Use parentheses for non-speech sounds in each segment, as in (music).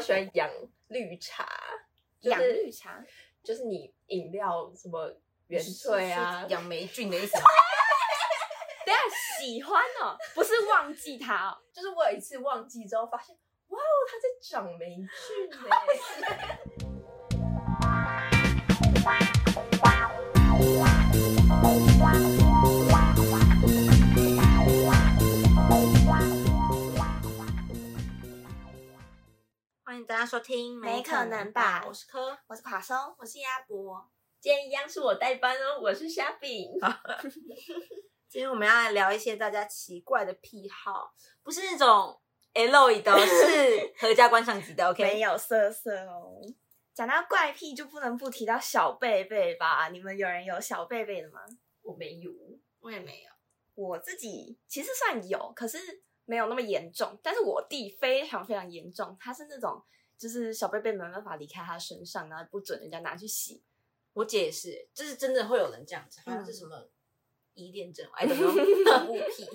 喜欢养绿茶，就养是绿茶，就是你饮料什么原萃啊是，养霉菌的意思吗。 (laughs) 等一下喜欢 (laughs) 哦，不是忘记他哦。 (laughs) 就是我有一次忘记之后发现，哇哦，它在长霉菌欸呢、欢迎大家收听，没可能吧我是柯，我是垮松，我是鸭脖。 (laughs) 今天一样是我代班哦，我是虾饼。今天我们要来聊一些大家奇怪的癖好，不是那种 (laughs) L 椅的，是合家观赏级的。 (laughs) 没 OK，有色色哦。讲到怪癖，就不能不提到小贝贝吧？你们有人有小贝贝的吗？我没有，我也没有。我自己其实算有，可是没有那么严重。但是我弟非常非常严重，他是那种就是小贝贝没办法离开他身上，然后不准人家拿去洗。我姐也是，就是真的会有人这样子，好嗯像是什么疑恋症，哎，怎么 (laughs) 物癖？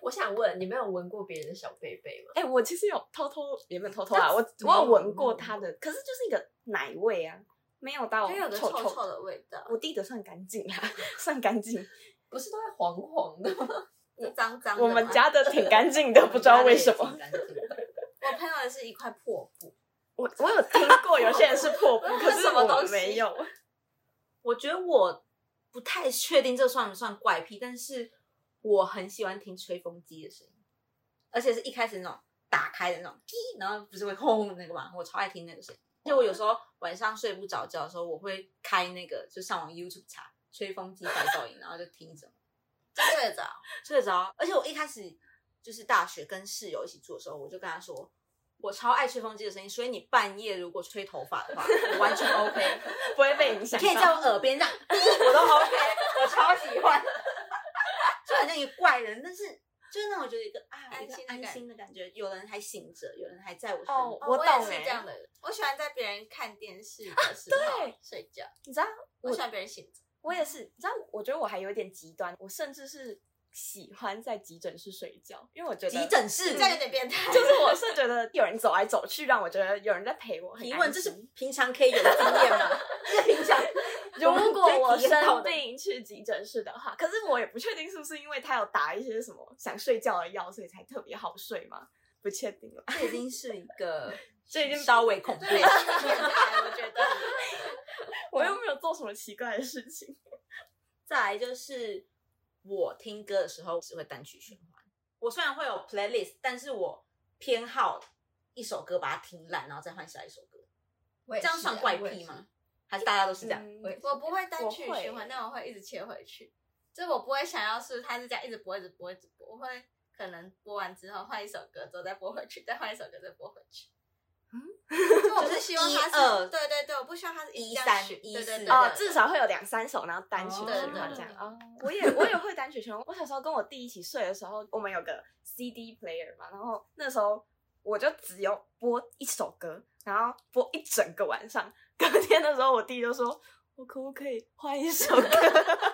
我想问，你没有闻过别人的小贝贝吗？哎、我其实有偷偷，也没有偷偷啊，我没我有有闻过他的，可是就是一个奶味啊，没有到就有个臭臭的臭的味道，我弟的算干净啦，算干净。不是都会黄黄的吗？脏脏的我吗。们家的挺干净 (laughs) 的，不知道为什么。 (laughs) 我朋友的是一块破布，我我有听过有些人是 (laughs) 破布，可是什么东我西没有。我觉得我不太确定这算不算怪癖，但是我很喜欢听吹风机的声音，而且是一开始那种打开的那种滴，然后不是会轰那个嘛，我超爱听那个声音。而且我有时候晚上睡不着觉的时候，我会开那个就上网 YouTube 查吹风机白噪音，然后就听着，睡着，睡得着。而且我一开始就是大学跟室友一起住的时候，我就跟他说。我超爱吹风机的声音，所以你半夜如果吹头发的话，我完全 OK。不会被影响 (laughs) 可以在到。我耳边这 (laughs) 样，我都 OK，我超喜欢， (laughs) 就好像一个怪人，但是就是让我觉得一个啊，安一个心的安感心的感觉，有人还醒着，有人还在我身哦边。我我懂也欸是这样的人。我喜欢在别人看电视的时啊候、对睡觉，你知道，我我喜欢别人醒着。我也是，你知道，我觉得我还有点极端，我甚至是喜欢在急诊室睡觉，因为我觉得嗯急诊室这样有点 (laughs) 变态，就是我是觉得有人走来走去，让我觉得有人在陪我。很提安问，这是心平常可以有的经验吗？这平常如果我体验到生的病去急诊室的话，可是我也不确定是不是因为他有打一些什么想睡觉的药，所以才特别好睡嘛，不确定了。 (laughs) 这已经是一 (laughs) 个，这已经稍微恐怖对，有了。点变态，我觉得。我又没有做什么奇怪的事情。再来就是我听歌的时候只会单曲循环，我虽然会有 playlist，但是我偏好一首歌把它听烂，然后再换下一首歌，我也这是啊样算怪我也癖是吗？还是大家都是这样？嗯我我不会单曲我会循环，但我会一直切回去。就是我不会想要是它是这样一直播一直播一直播，我会可能播完之后换一首歌，之后再播回去，再换一首歌再播回去。嗯， (laughs) 就我不是希望它一二是，对对对，我不希望它是直一这样三循一对对四对对哦，对至少会有两三首，然后单曲哦循环对对这样对哦。我也我也会单曲循环。我小时候跟我弟一起睡的时候，我们有个 CD player 嘛，然后那时候我就只有播一首歌，然后播一整个晚上。隔天的时候，我弟就说：“我可不可以换一首歌？” (laughs)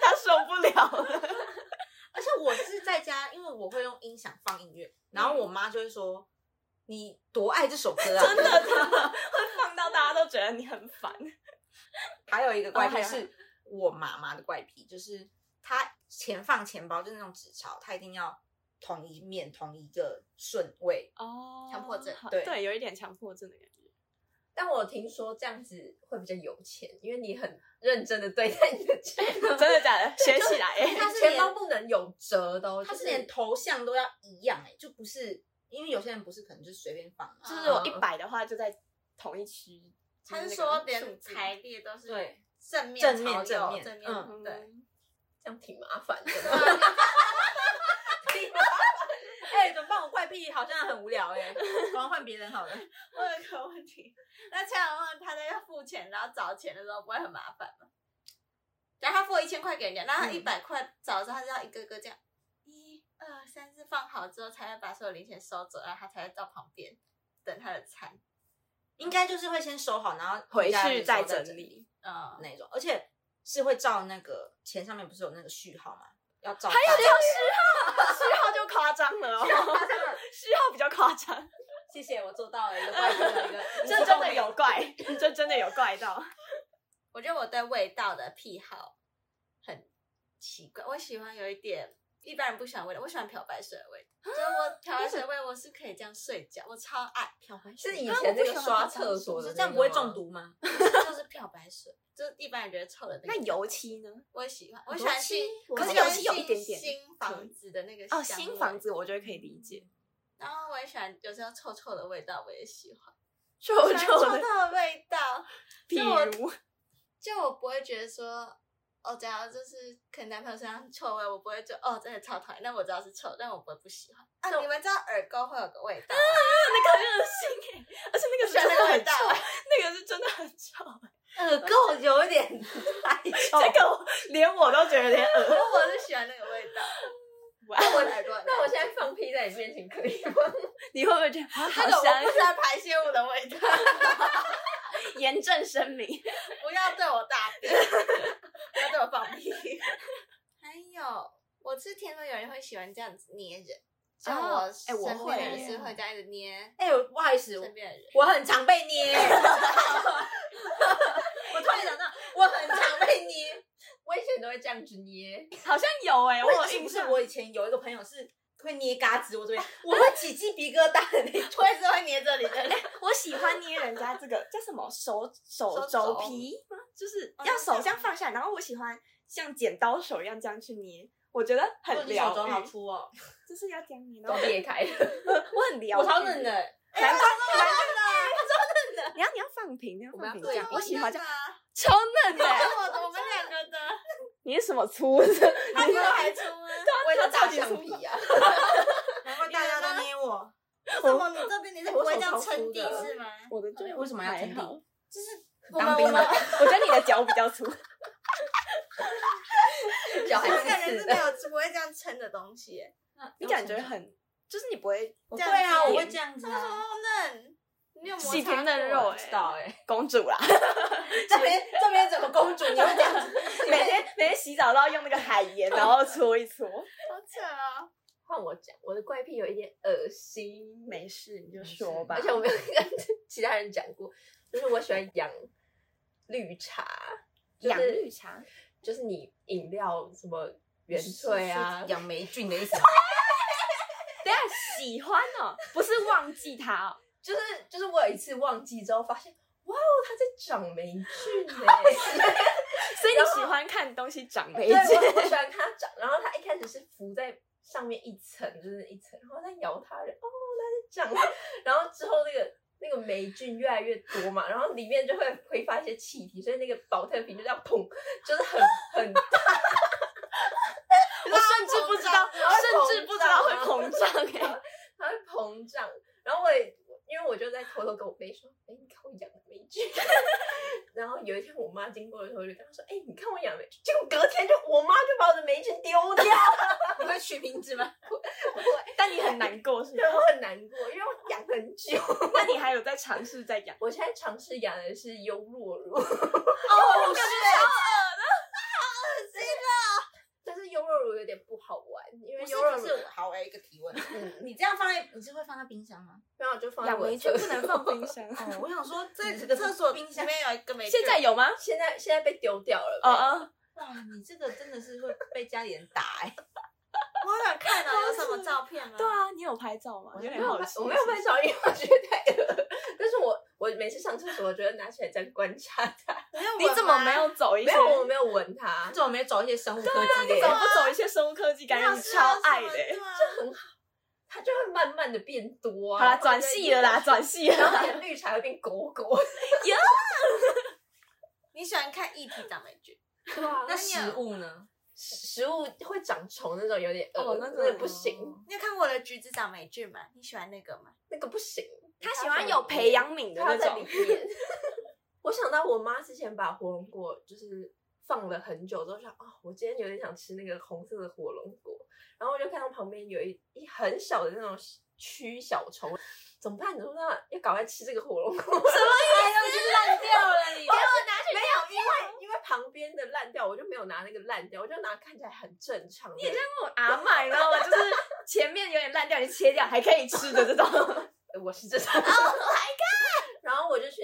他受不了了。而且我是在家，因为我会用音响放音乐，然嗯后我妈就会说：“你多爱这首歌 (laughs) 啊！”真的，真的 (laughs) 会放到大家都觉得你很烦。还有一个怪哦还癖有是我妈妈的怪癖，就是她钱放钱包就是那种纸钞，她一定要同一面同一个顺位。哦强迫症对对，有一点强迫症的感觉。但我听说这样子会比较有钱，因为你很认真的对待你的 (laughs) 钱，真的假的？学起来耶！她是钱连包不能有折的哦，她就是连头像都要一样、欸，哎，就不是因为有些人不是可能就随便放啊嘛，就是我一百的话就在同一区。就嗯啊他是那个说数连字排列都是对正面正面朝正右面正面嗯对。这样挺麻烦的。哎、怎么办？我怪癖好像很无聊哎、赶快换别人好了。我有一个问题，那这样的话，他在要付钱然后找钱的时候不会很麻烦吗？然后他付一千块给人家，然后他嗯一百块找的时候，他就要一个个这样，一二三四放好之后，才会把所有零钱收走，然后他才会到旁边等他的餐。 (laughs) 应该就是会先收好，然后回家的去时候再再整 (laughs) 理。理。嗯，那种，而且是会照那个钱上面不是有那个序号吗？要照还有大这小种序号，序号就夸张了哦，序号比较夸张。，谢谢，我做到了一个怪兽的一个这真的有怪， (laughs) 这真的有怪哎到。我觉得我对味道的癖好很奇怪，我喜欢有一点一般人不喜欢的味道，我喜欢漂白水的味啊道。就是我漂白水的味，我是可以这样睡觉，我超爱。漂白水是 (laughs) 以前那个刷厕不所的那个吗是这样不会中。毒吗？就是漂白水，就是一般人觉得臭的那个。油漆呢？我喜欢，我很喜多欢新，漆我可是喜欢油漆有一新点点新可房以子的那个哦，香新味房。子我觉得可以理解，然后我也喜欢，有时候臭臭的味道我也喜欢，臭我喜欢臭臭的味道。比如就我不会觉得说，哦，假如就是可能男朋友身上臭味，我不会就哦，真的超讨厌。但我知道是臭，但我不会不喜欢。啊，你们知道耳垢会有个味道吗，很恶心哎，而且那个是真真的的很很臭臭，那个是真的很 (laughs) 臭欸，耳垢有一点太臭。这个我连我都觉得有点恶因为我是喜欢那个味道。哇那我耳朵很干净， (laughs) 那我现在放屁在你面前可以吗？你会不会觉得啊好 (laughs) 这个香我不？喜欢排泄物的味道，严正声明， (laughs) 不要对我大便，不要对我放屁。还有，我是听说有人会喜欢这样子捏人，像哦我哎身我边的会人耶是会这样一直捏哎、我不好意思，我身边的人。我很常被捏。我突然想到，我很 (laughs) 常被捏，我以前都会这样子捏。好像有哎，(laughs) 我我有是印不是象，我以前有一个朋友是会捏嘎子，我这边我会起鸡皮疙瘩的那 (laughs) 种。我也是会捏这里的， (laughs) 我喜欢捏人家这个叫什么手手手肘肘皮吗？就是哦要那手叫这样放下来，然后我喜欢像剪刀手一样这样去捏，我觉得哦很疗愈，粗哦，就是要这样捏，然都后裂开了，我很疗愈， (laughs) 我超嫩的。难怪，难怪，超嫩的。你要你要放平，你要放平这样，我喜欢这样，样。超嫩的。我我们两个的，你是什么粗的？他哎比我还啊粗吗？我也是大橡皮啊，难怪大家都捏 (laughs) 我。为什么你这边你是不会这样撑地我手超粗的是吗？我的就为什么要还撑好？我当们兵我吗们我觉得你的脚比较粗， (laughs) 脚还这个是人刺是的没。有不会这样撑的东西耶，你感觉很，就是你不会我这会样啊，子我会这样子他啊。超嫩，你有摩细擦皮嫩肉我知道哎、公主啦， (laughs) (laughs) 这边这边怎么公主你会这样子？每天每天洗澡都要用那个海盐，然后搓一搓。好扯哦。换我讲，我的怪癖有一点恶心，没事，你就说说吧。而且我没有跟 (laughs) 其他人讲过，就是我喜欢养绿茶，就是养绿茶，就是你饮料什么原萃啊，养霉菌的意思吗。 (laughs) 等一下喜欢哦，不是忘记它哦。就是就是我有一次忘记之后发现，哇哦，它在长霉菌呢、欸。所以你喜欢看东西长霉对，菌，我我喜欢看它长，然后它一开始是浮在上面一层，就是一层，然后再摇它，人哦，它在长， (laughs) 然后之后那个那个霉菌越来越多嘛，然后里面就会挥发一些气体，所以那个保特瓶就这样砰，就是很很我甚至不知道，膨胀啊甚至不知道会 (laughs) 膨胀哎。它会膨胀。然后我也因为我就在偷偷跟我妹说，哎、你看我养的霉菌。 (laughs) 然后有一天我妈经过的时候，我就跟她说，哎、你看我养的霉菌。结果隔天就我妈就把我的霉菌丢掉，你会取名字吗？但你很难过是吗对？我很难过，因为我养很久。 (laughs) (laughs) 那你还有在尝试在养？我现在尝试养的是优酪乳， (laughs) 哦，是 (laughs) 哦但是优酪乳有点不好玩，因为不优酪乳是好哎，一个 (laughs) 提问。嗯，你这样放在，你是会放在冰箱吗？然后我就放在养我霉的菌厕不能放冰箱。哦，我想说这这个个厕所冰冰箱箱里，面有一个霉菌，现在有吗？ (laughs) 现在现在被丢掉了，哦哦，哇，你这个真的是会被家里人打哎。 (laughs) 我好想看哦，有什么照片吗？对啊，你有拍照吗？有没点有好拍奇，我没有拍照，因为我觉得太恶。但是我我每次上厕所，我觉得拿起来这样观察它，你有闻吗，你怎么没有走一些？没有，我没有闻它你，怎么没走一些生物科技类怎么的？不走一些生物科技？感觉老你师有超什么？爱的对欸。啊它就会慢慢的变多好啊。啦，转系了啦，转系了然后啦。你的绿茶会变狗狗， (laughs) 你喜欢看液体长霉菌？对啊那食物呢？食食物会长虫那种有点恶哦，那种哦个不行，你有看我的橘子长霉菌吗？你喜欢那个吗？那个不行。他喜欢有培养皿的它那在种里， (laughs) 面。我想到我妈之前把火龙果就是放了很久之后想，哦，我今天有点想吃那个红色的火龙果，然后我就看到旁边有一一很小的那种蛆小虫，怎么办？怎么办？要赶快吃这个火龙果。 (laughs) 哎烂掉了哦你。没有，因为因为旁边的烂掉，我就没有拿那个烂掉，我就拿看起来很正常的。你也这样那种阿嬷，你知道吗？就是前面有点烂掉，你切掉还可以吃的这种。呃我是这种。Oh my god！然后我就去，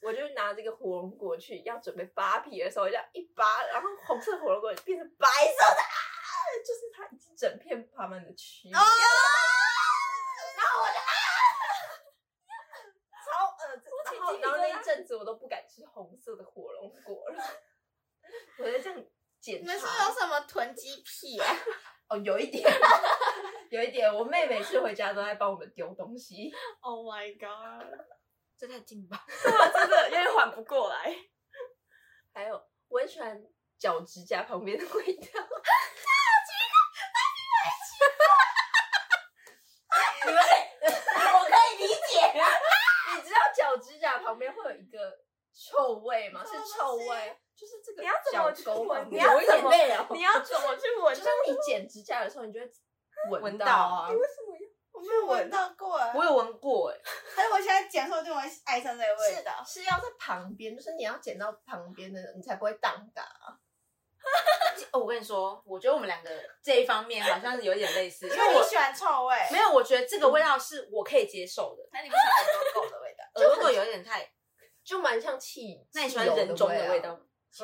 我就拿这个火龙果去要准备扒皮的时候，这样一扒，然后红色火龙果变成白色的，啊、就是它已经整片爬满了蛆。然后我就啊，超恶心。然后，然后那一阵子我都不敢吃红色的火龙果了。 (laughs) 我在这样检你查。们是有什么囤积癖啊？哦，有一点， (laughs) 有一点，我妹每次回家都在帮我们丢东西。 Oh my god！这太近吧？真的有点缓不过来。还有，我很喜欢脚指甲旁边的 (laughs) 味道。我可以理解，你知道脚指甲旁边会有一个臭味吗？是臭味，就是这个你要怎么去脚沟旁闻？你边要有一怎点么累啊？你要怎么去闻就是你剪指甲的时候，你就会闻到到啊因为我没有闻到过。 (laughs) 我有闻过哎、但是我现在讲说，就我会爱上这个味道。是要在旁边，就是你要剪到旁边的，你才不会荡 (laughs) 嘎。哦，我跟你说，我觉得我们两个这一方面好像是有点类 (laughs) 似，因因为为我你喜欢臭味，没有，我觉得这个味道是我可以接受的，那你不喜欢耳朵狗的味道？耳朵有点太。就蛮像汽那你喜欢人中的味道道啊？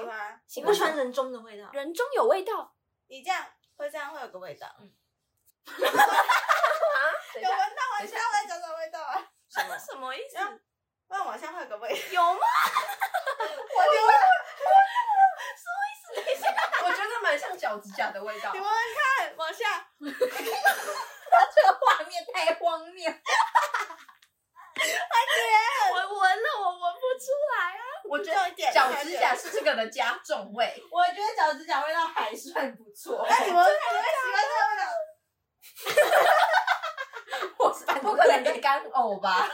吗？你喜欢。不喜欢人中的味道？人中有味道，你这样会这样会有个味道，嗯啊？ (laughs) 等一有闻下，到我现在我在讲什么味道啊？什么？什么意思？嗯 (laughs) 问我像会有个味道，有吗？我你闻，我觉得蛮像脚指甲的味道 (laughs) 你闻闻看，往 (laughs) 下，这个画面太荒谬。哎我闻了，我闻不出来啊。我觉重一得点脚指甲是这个的加重味。 (laughs) 我觉得脚趾甲味道还算不错，那你闻，你会喜欢这个味道？ (laughs) 我是不可能是干呕 (laughs) 吧？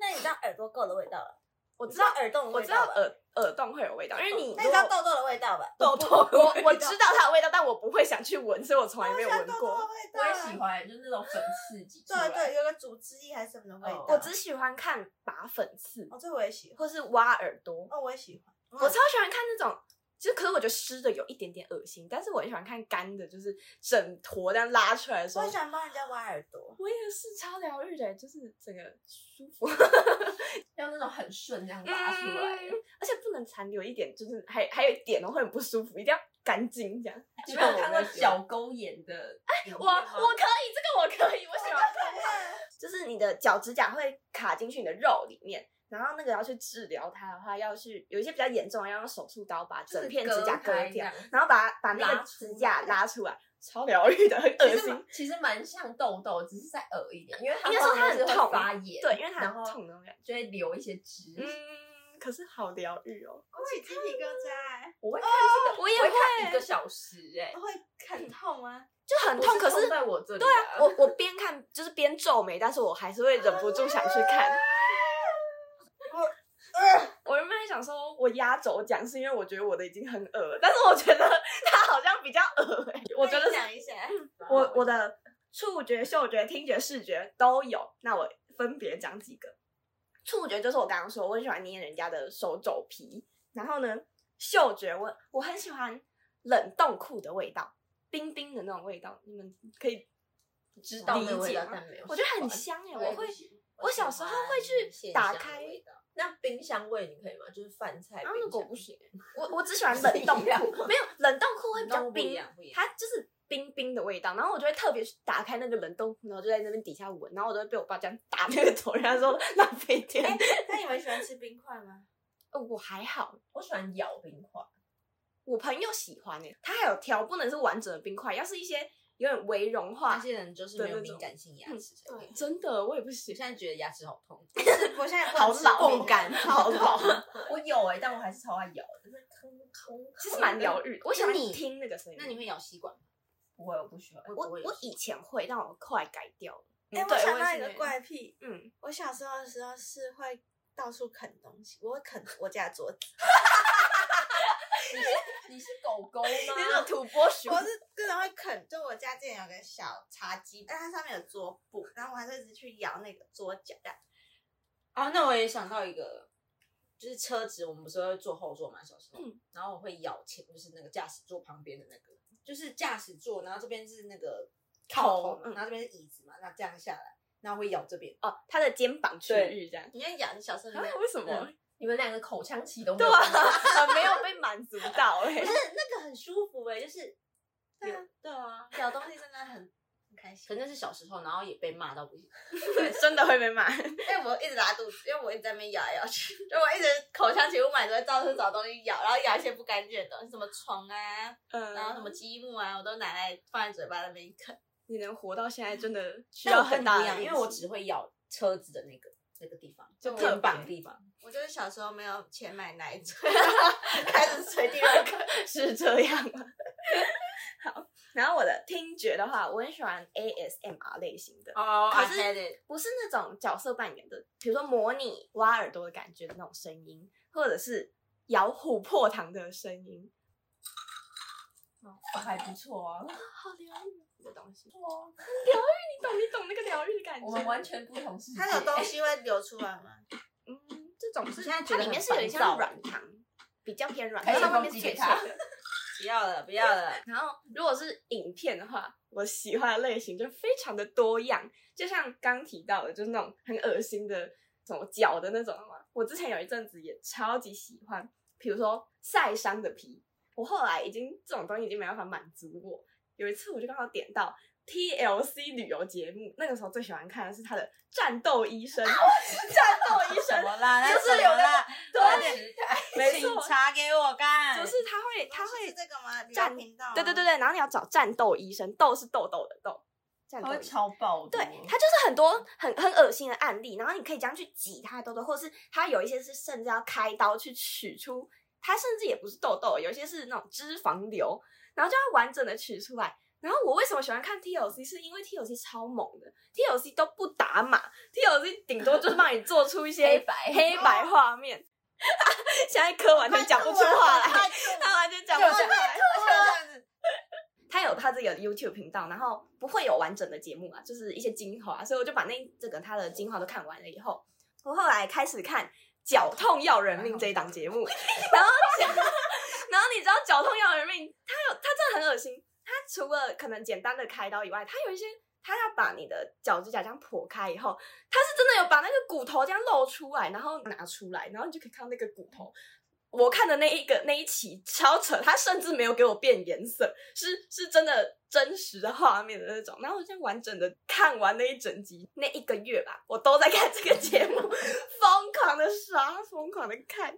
那你知道耳朵垢的味道了？我你知道耳洞的我味知道道吧？耳耳洞会有味道，因为你那你知道痘痘的味道吧？豆豆，我我知道它的味道，但我不会想去闻，所以我从来没有闻痘痘的过。味道我啊，也喜欢，就是那种粉刺激出来。对对，有个组织液还是什么的味道。哦我只喜欢看拔粉刺，哦，这我也喜欢，或是挖耳朵。哦，我也喜欢。我超喜欢看那种，就是可是我觉得湿的有一点点恶心，但是我很喜欢看干的，就是整坨这样拉出来的时我候哦很。喜欢帮人家挖耳朵，我也是超疗愈的，欸就是整个舒服， (laughs) 要那种很顺这样拔出来 (laughs) 的。而且不能残留一点，就是还还有一点哦，会很不舒服，一定要干净这样。你没有看过小沟眼的影片我吗？我可以，这个我可以，我喜欢。看就是你的脚趾甲会卡进去你的肉里面，然后那个要去治疗它的话，要去有一些比较严重的，要用手术刀把就是整片指甲割开这掉，样。然后把把那拉个出指来甲拉出来，超疗愈的，很恶其实心蛮。其实蛮像痘痘，只是在耳一点，因为它应该说它它很是会痛发炎，对，因为它然后很痛那种感觉。就会流一些汁。嗯，可是好疗愈哦。我起鸡皮疙瘩，我会看这个，我也会会看一个小时哎，会很痛啊！就很不痛，可是在我这里。对啊，我我边看就是边皱眉，但是我还是会忍不住想去看。我原本还想说，我压轴讲是因为我觉得我的已经很恶了，但是我觉得他好像比较恶、欸，我觉得那你讲一下，我我的触觉、嗅觉、听觉、视觉都有。那我分别讲几个。触觉就是我刚刚说，我很喜欢捏人家的手肘皮。然后呢，嗅觉我我很喜欢冷冻库的味道，冰冰的那种味道，你们可以知道那理味解道，吗？但没有喜欢。我觉得很香哎、我也我会不喜欢。我小时候会去打开我喜欢咸香的味道那冰箱味，你可以吗？就是饭菜啊冰箱。那个我不行，我我只喜欢冷冻不一样库，没有冷冻库会比冷较冻不一冰样 (laughs) 不一，样它就是冰冰的味道。然后我就会特别去打开那个冷冻库，然后就在那边底下闻，然后我都会被我爸这样打那个头，人 (laughs) 家说浪费电。那你们喜欢吃冰块吗？呃我还好，我喜欢咬冰块。我朋友喜欢诶、他还有挑，不能是完整的冰块，要是一些有点微融那化。些人就是没有敏感性嗯牙齿，所以真的，我也不我行现，在觉得牙齿好痛，我现在不能好吃老冰共感，好老，我有哎、但我还是超爱咬的，就是吭吭。其实蛮疗愈的。我喜欢那你听那个声音。那你会咬吸管吗？我我不喜欢。我我也我以前会，但我后来改掉了。哎，嗯我对想也到是一那个样怪癖，嗯，我小时候的时候是会到处啃东西，我会啃我家的桌子， (laughs) 你是狗狗你那吗？种土拨鼠我是真的会啃。就我家之前有个小茶几，但它上面有桌布，然后我还是一直去咬那个桌角，这样啊，那我也想到一个，就是车子，我们不是会坐后座嘛，小时候，嗯然后我会咬前，就是那个驾驶座旁边的那个，就是驾驶座，然后这边是那个靠头头嘛，嗯然后这边是椅子嘛，那这样下来，然后会咬这边。哦，他的肩膀区域这样。你要养你小时候啊没有，为什么？你们两个口腔期都没对有 (laughs) 啊，放过很没有被满足 (laughs) 到哎、可是那个很舒服哎、就是对啊有对啊，咬东西真的很很开可心。能是小时候，然后也被骂到不行。对，真的会被骂。因为哎我一直拉肚子，因为我一直在那边咬来咬去，就我一直口腔起雾满，只会到处找东西咬，然后咬一些不干净的东西，什么虫啊， (laughs) 嗯，然后什么积木啊，我都拿来放在嘴巴那边啃。你能活到现在，真的需但要我跟很你大不的一样，运气因为我只会咬车子的那个那个地方，就我肩膀地 (laughs) 方。我就是小时候没有钱买奶嘴， (laughs) 开始 (laughs) 随地乱啃。是这样吗？ (laughs) 好，然后我的听觉的话，我很喜欢 ASMR 类型的，哦可是 I had it 不是那种角色扮演的，比如说模拟挖耳朵的感觉的那种声音，或者是咬琥珀糖的声音，还不错啊，好疗愈哦的东西。哇，你懂，你懂那个疗愈的感觉。我们完全不同世界。它有东西会流出来 (laughs) 吗？嗯，这种是我现在觉它得里面很是有点烦像躁软糖，比较偏软可糖，以它外攻面是击给脆它脆的。不要了，不要 (laughs) 了。然后如果是影片的话，我喜欢的类型就非常的多样，就像刚提到的，就是那种很恶心的什么脚的那种嘛。我之前有一阵子也超级喜欢，比如说晒伤的皮，我后来已经这种东西已经没办法满足我。有一次我就刚好点到 TLC 旅游节目，那个时候最喜欢看的是他的战斗医生，战斗医什生，么啦？那就是什有么啦？ (laughs) 对，没请错，查给我看。就是他会他会是这个吗？站聊频道吗？对对对对，然后你要找战斗医生，斗是豆豆的斗，战他斗会医生。超爆的。对，哦他就是很多很很恶心的案例，然后你可以这样去挤他的痘痘，或是他有一些是甚至要开刀去取出，他甚至也不是痘痘，有一些是那种脂肪瘤，然后就要完整的取出来。然后我为什么喜欢看 TLC，是因为 TLC 超猛的，TLC 都不打码，TLC 顶多就是帮你做出一些黑白黑白画面。 (laughs) 现在柯完全讲不出啊话来， (laughs) 他完全讲不出话来。他有他自己的 YouTube 频道，然后不会有完整的节目嘛，就是一些精华，所以我就把那这个他的精华都看完了以后，我后来开始看《绞痛要人命》这一档节目，然后 (laughs) 然后你知道《绞痛要人命》，他有他真的很恶心，他除了可能简单的开刀以外，他有一些他要把你的脚趾甲这样剖开以后，他是真的有把那个骨头这样露出来，然后拿出来，然后你就可以看到那个骨头。我看的那一个那一期超扯，他甚至没有给我变颜色，是是真的真实的画面的那种。然后我这样完整的看完那一整集，那一个月吧，我都在看这个节目， (laughs) 疯狂的刷，疯狂的看。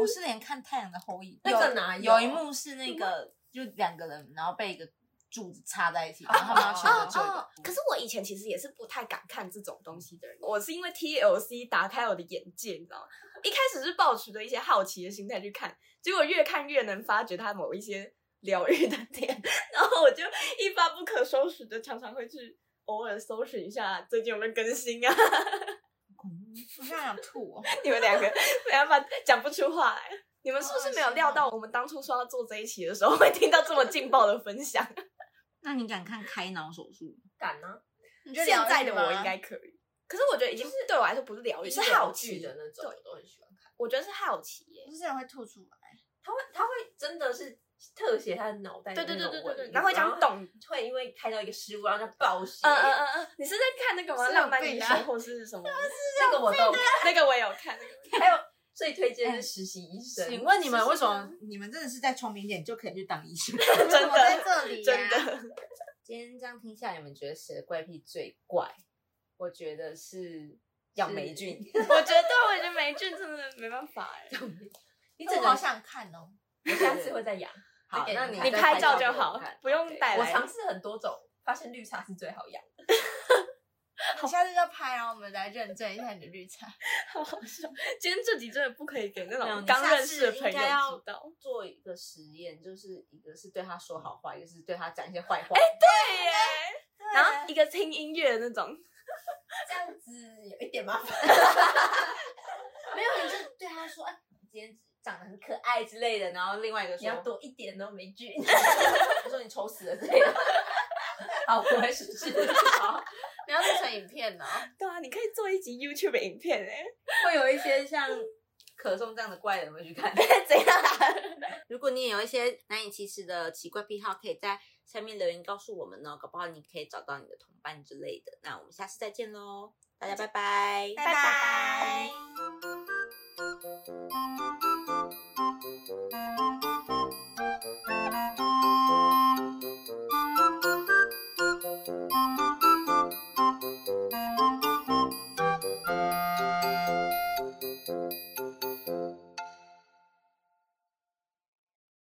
我是连看《太阳的后裔》那有个哪有有一幕是那个就两个人，然后被一个柱子插在一哦起，然后他们要选择这个。哦可是我以前其实也是不太敢看这种东西的人，我是因为 TLC 打开我的眼界，你知道吗？一开始是抱持着一些好奇的心态去看，结果越看越能发掘它某一些疗愈的点， (laughs) 然后我就一发不可收拾的，常常会去偶尔搜寻一下最近有没有更新啊。我现在想吐 (laughs) 哦。你们两个没办法讲不出话来，你们是不是没有料到我们当初说要做这一期的时候会听到这么劲爆的分享？那你敢看开脑手术？敢啊，你就现疗愈在的我吗应该可以。可是我觉得已经对我来说不是疗愈，是好好奇剧的那种，对我都很喜欢看。我觉得是好奇耶、不是人会吐出来，他会，他会真的是特写他的脑袋的对对那种对对对纹对，路然后会讲，懂。会因为看到一个失误，然后就爆血。嗯嗯嗯嗯，你是在看那个吗？是有浪漫病医啊 (laughs) 生或是什么？那个我都那个我也有 (laughs) 看，那个我有看还有最推荐的是实习医生。请问你们为什么你们真的是在聪明一点就可以去当医 (laughs) 生？真我在的这里呀真。的。今天这样听下来，你们觉得谁的怪癖最怪？我觉得是杨梅俊，我觉得对我觉得霉菌真的没办法哎、你我整好个想看哦，我下次会再养，好，再给那你你看你再拍照给就我好看，不用带我来。尝试很多种，发现绿茶是最好养的。你下次就拍，啊然后我们来认证一下你的绿茶。好好笑，今天这集真的不可以给那没有种你刚下认识次的应朋友该要知道。做一个实验，就是一个是对他说好话，一个是对他讲一些坏话。对啊耶，然后一个听音乐的那种，这样子有一点麻烦，没有，你就对他说，哎，你今天长得很可爱之类的，然后另外一个你说，要多一点哦，霉菌。他说你丑死了之类的。 (laughs) 好，我来试试。好，你要录成影片哦。对啊，你可以做一集 YouTube 影片哎、 (laughs) 会有一些像可颂这样的怪 (laughs) 人会去看。怎样？如果你也有一些难以启齿的奇怪癖好，可以在下面留言告诉我们哦，搞不好你可以找到你的同伴之类的。那我们下次再见喽，大家拜拜，拜拜。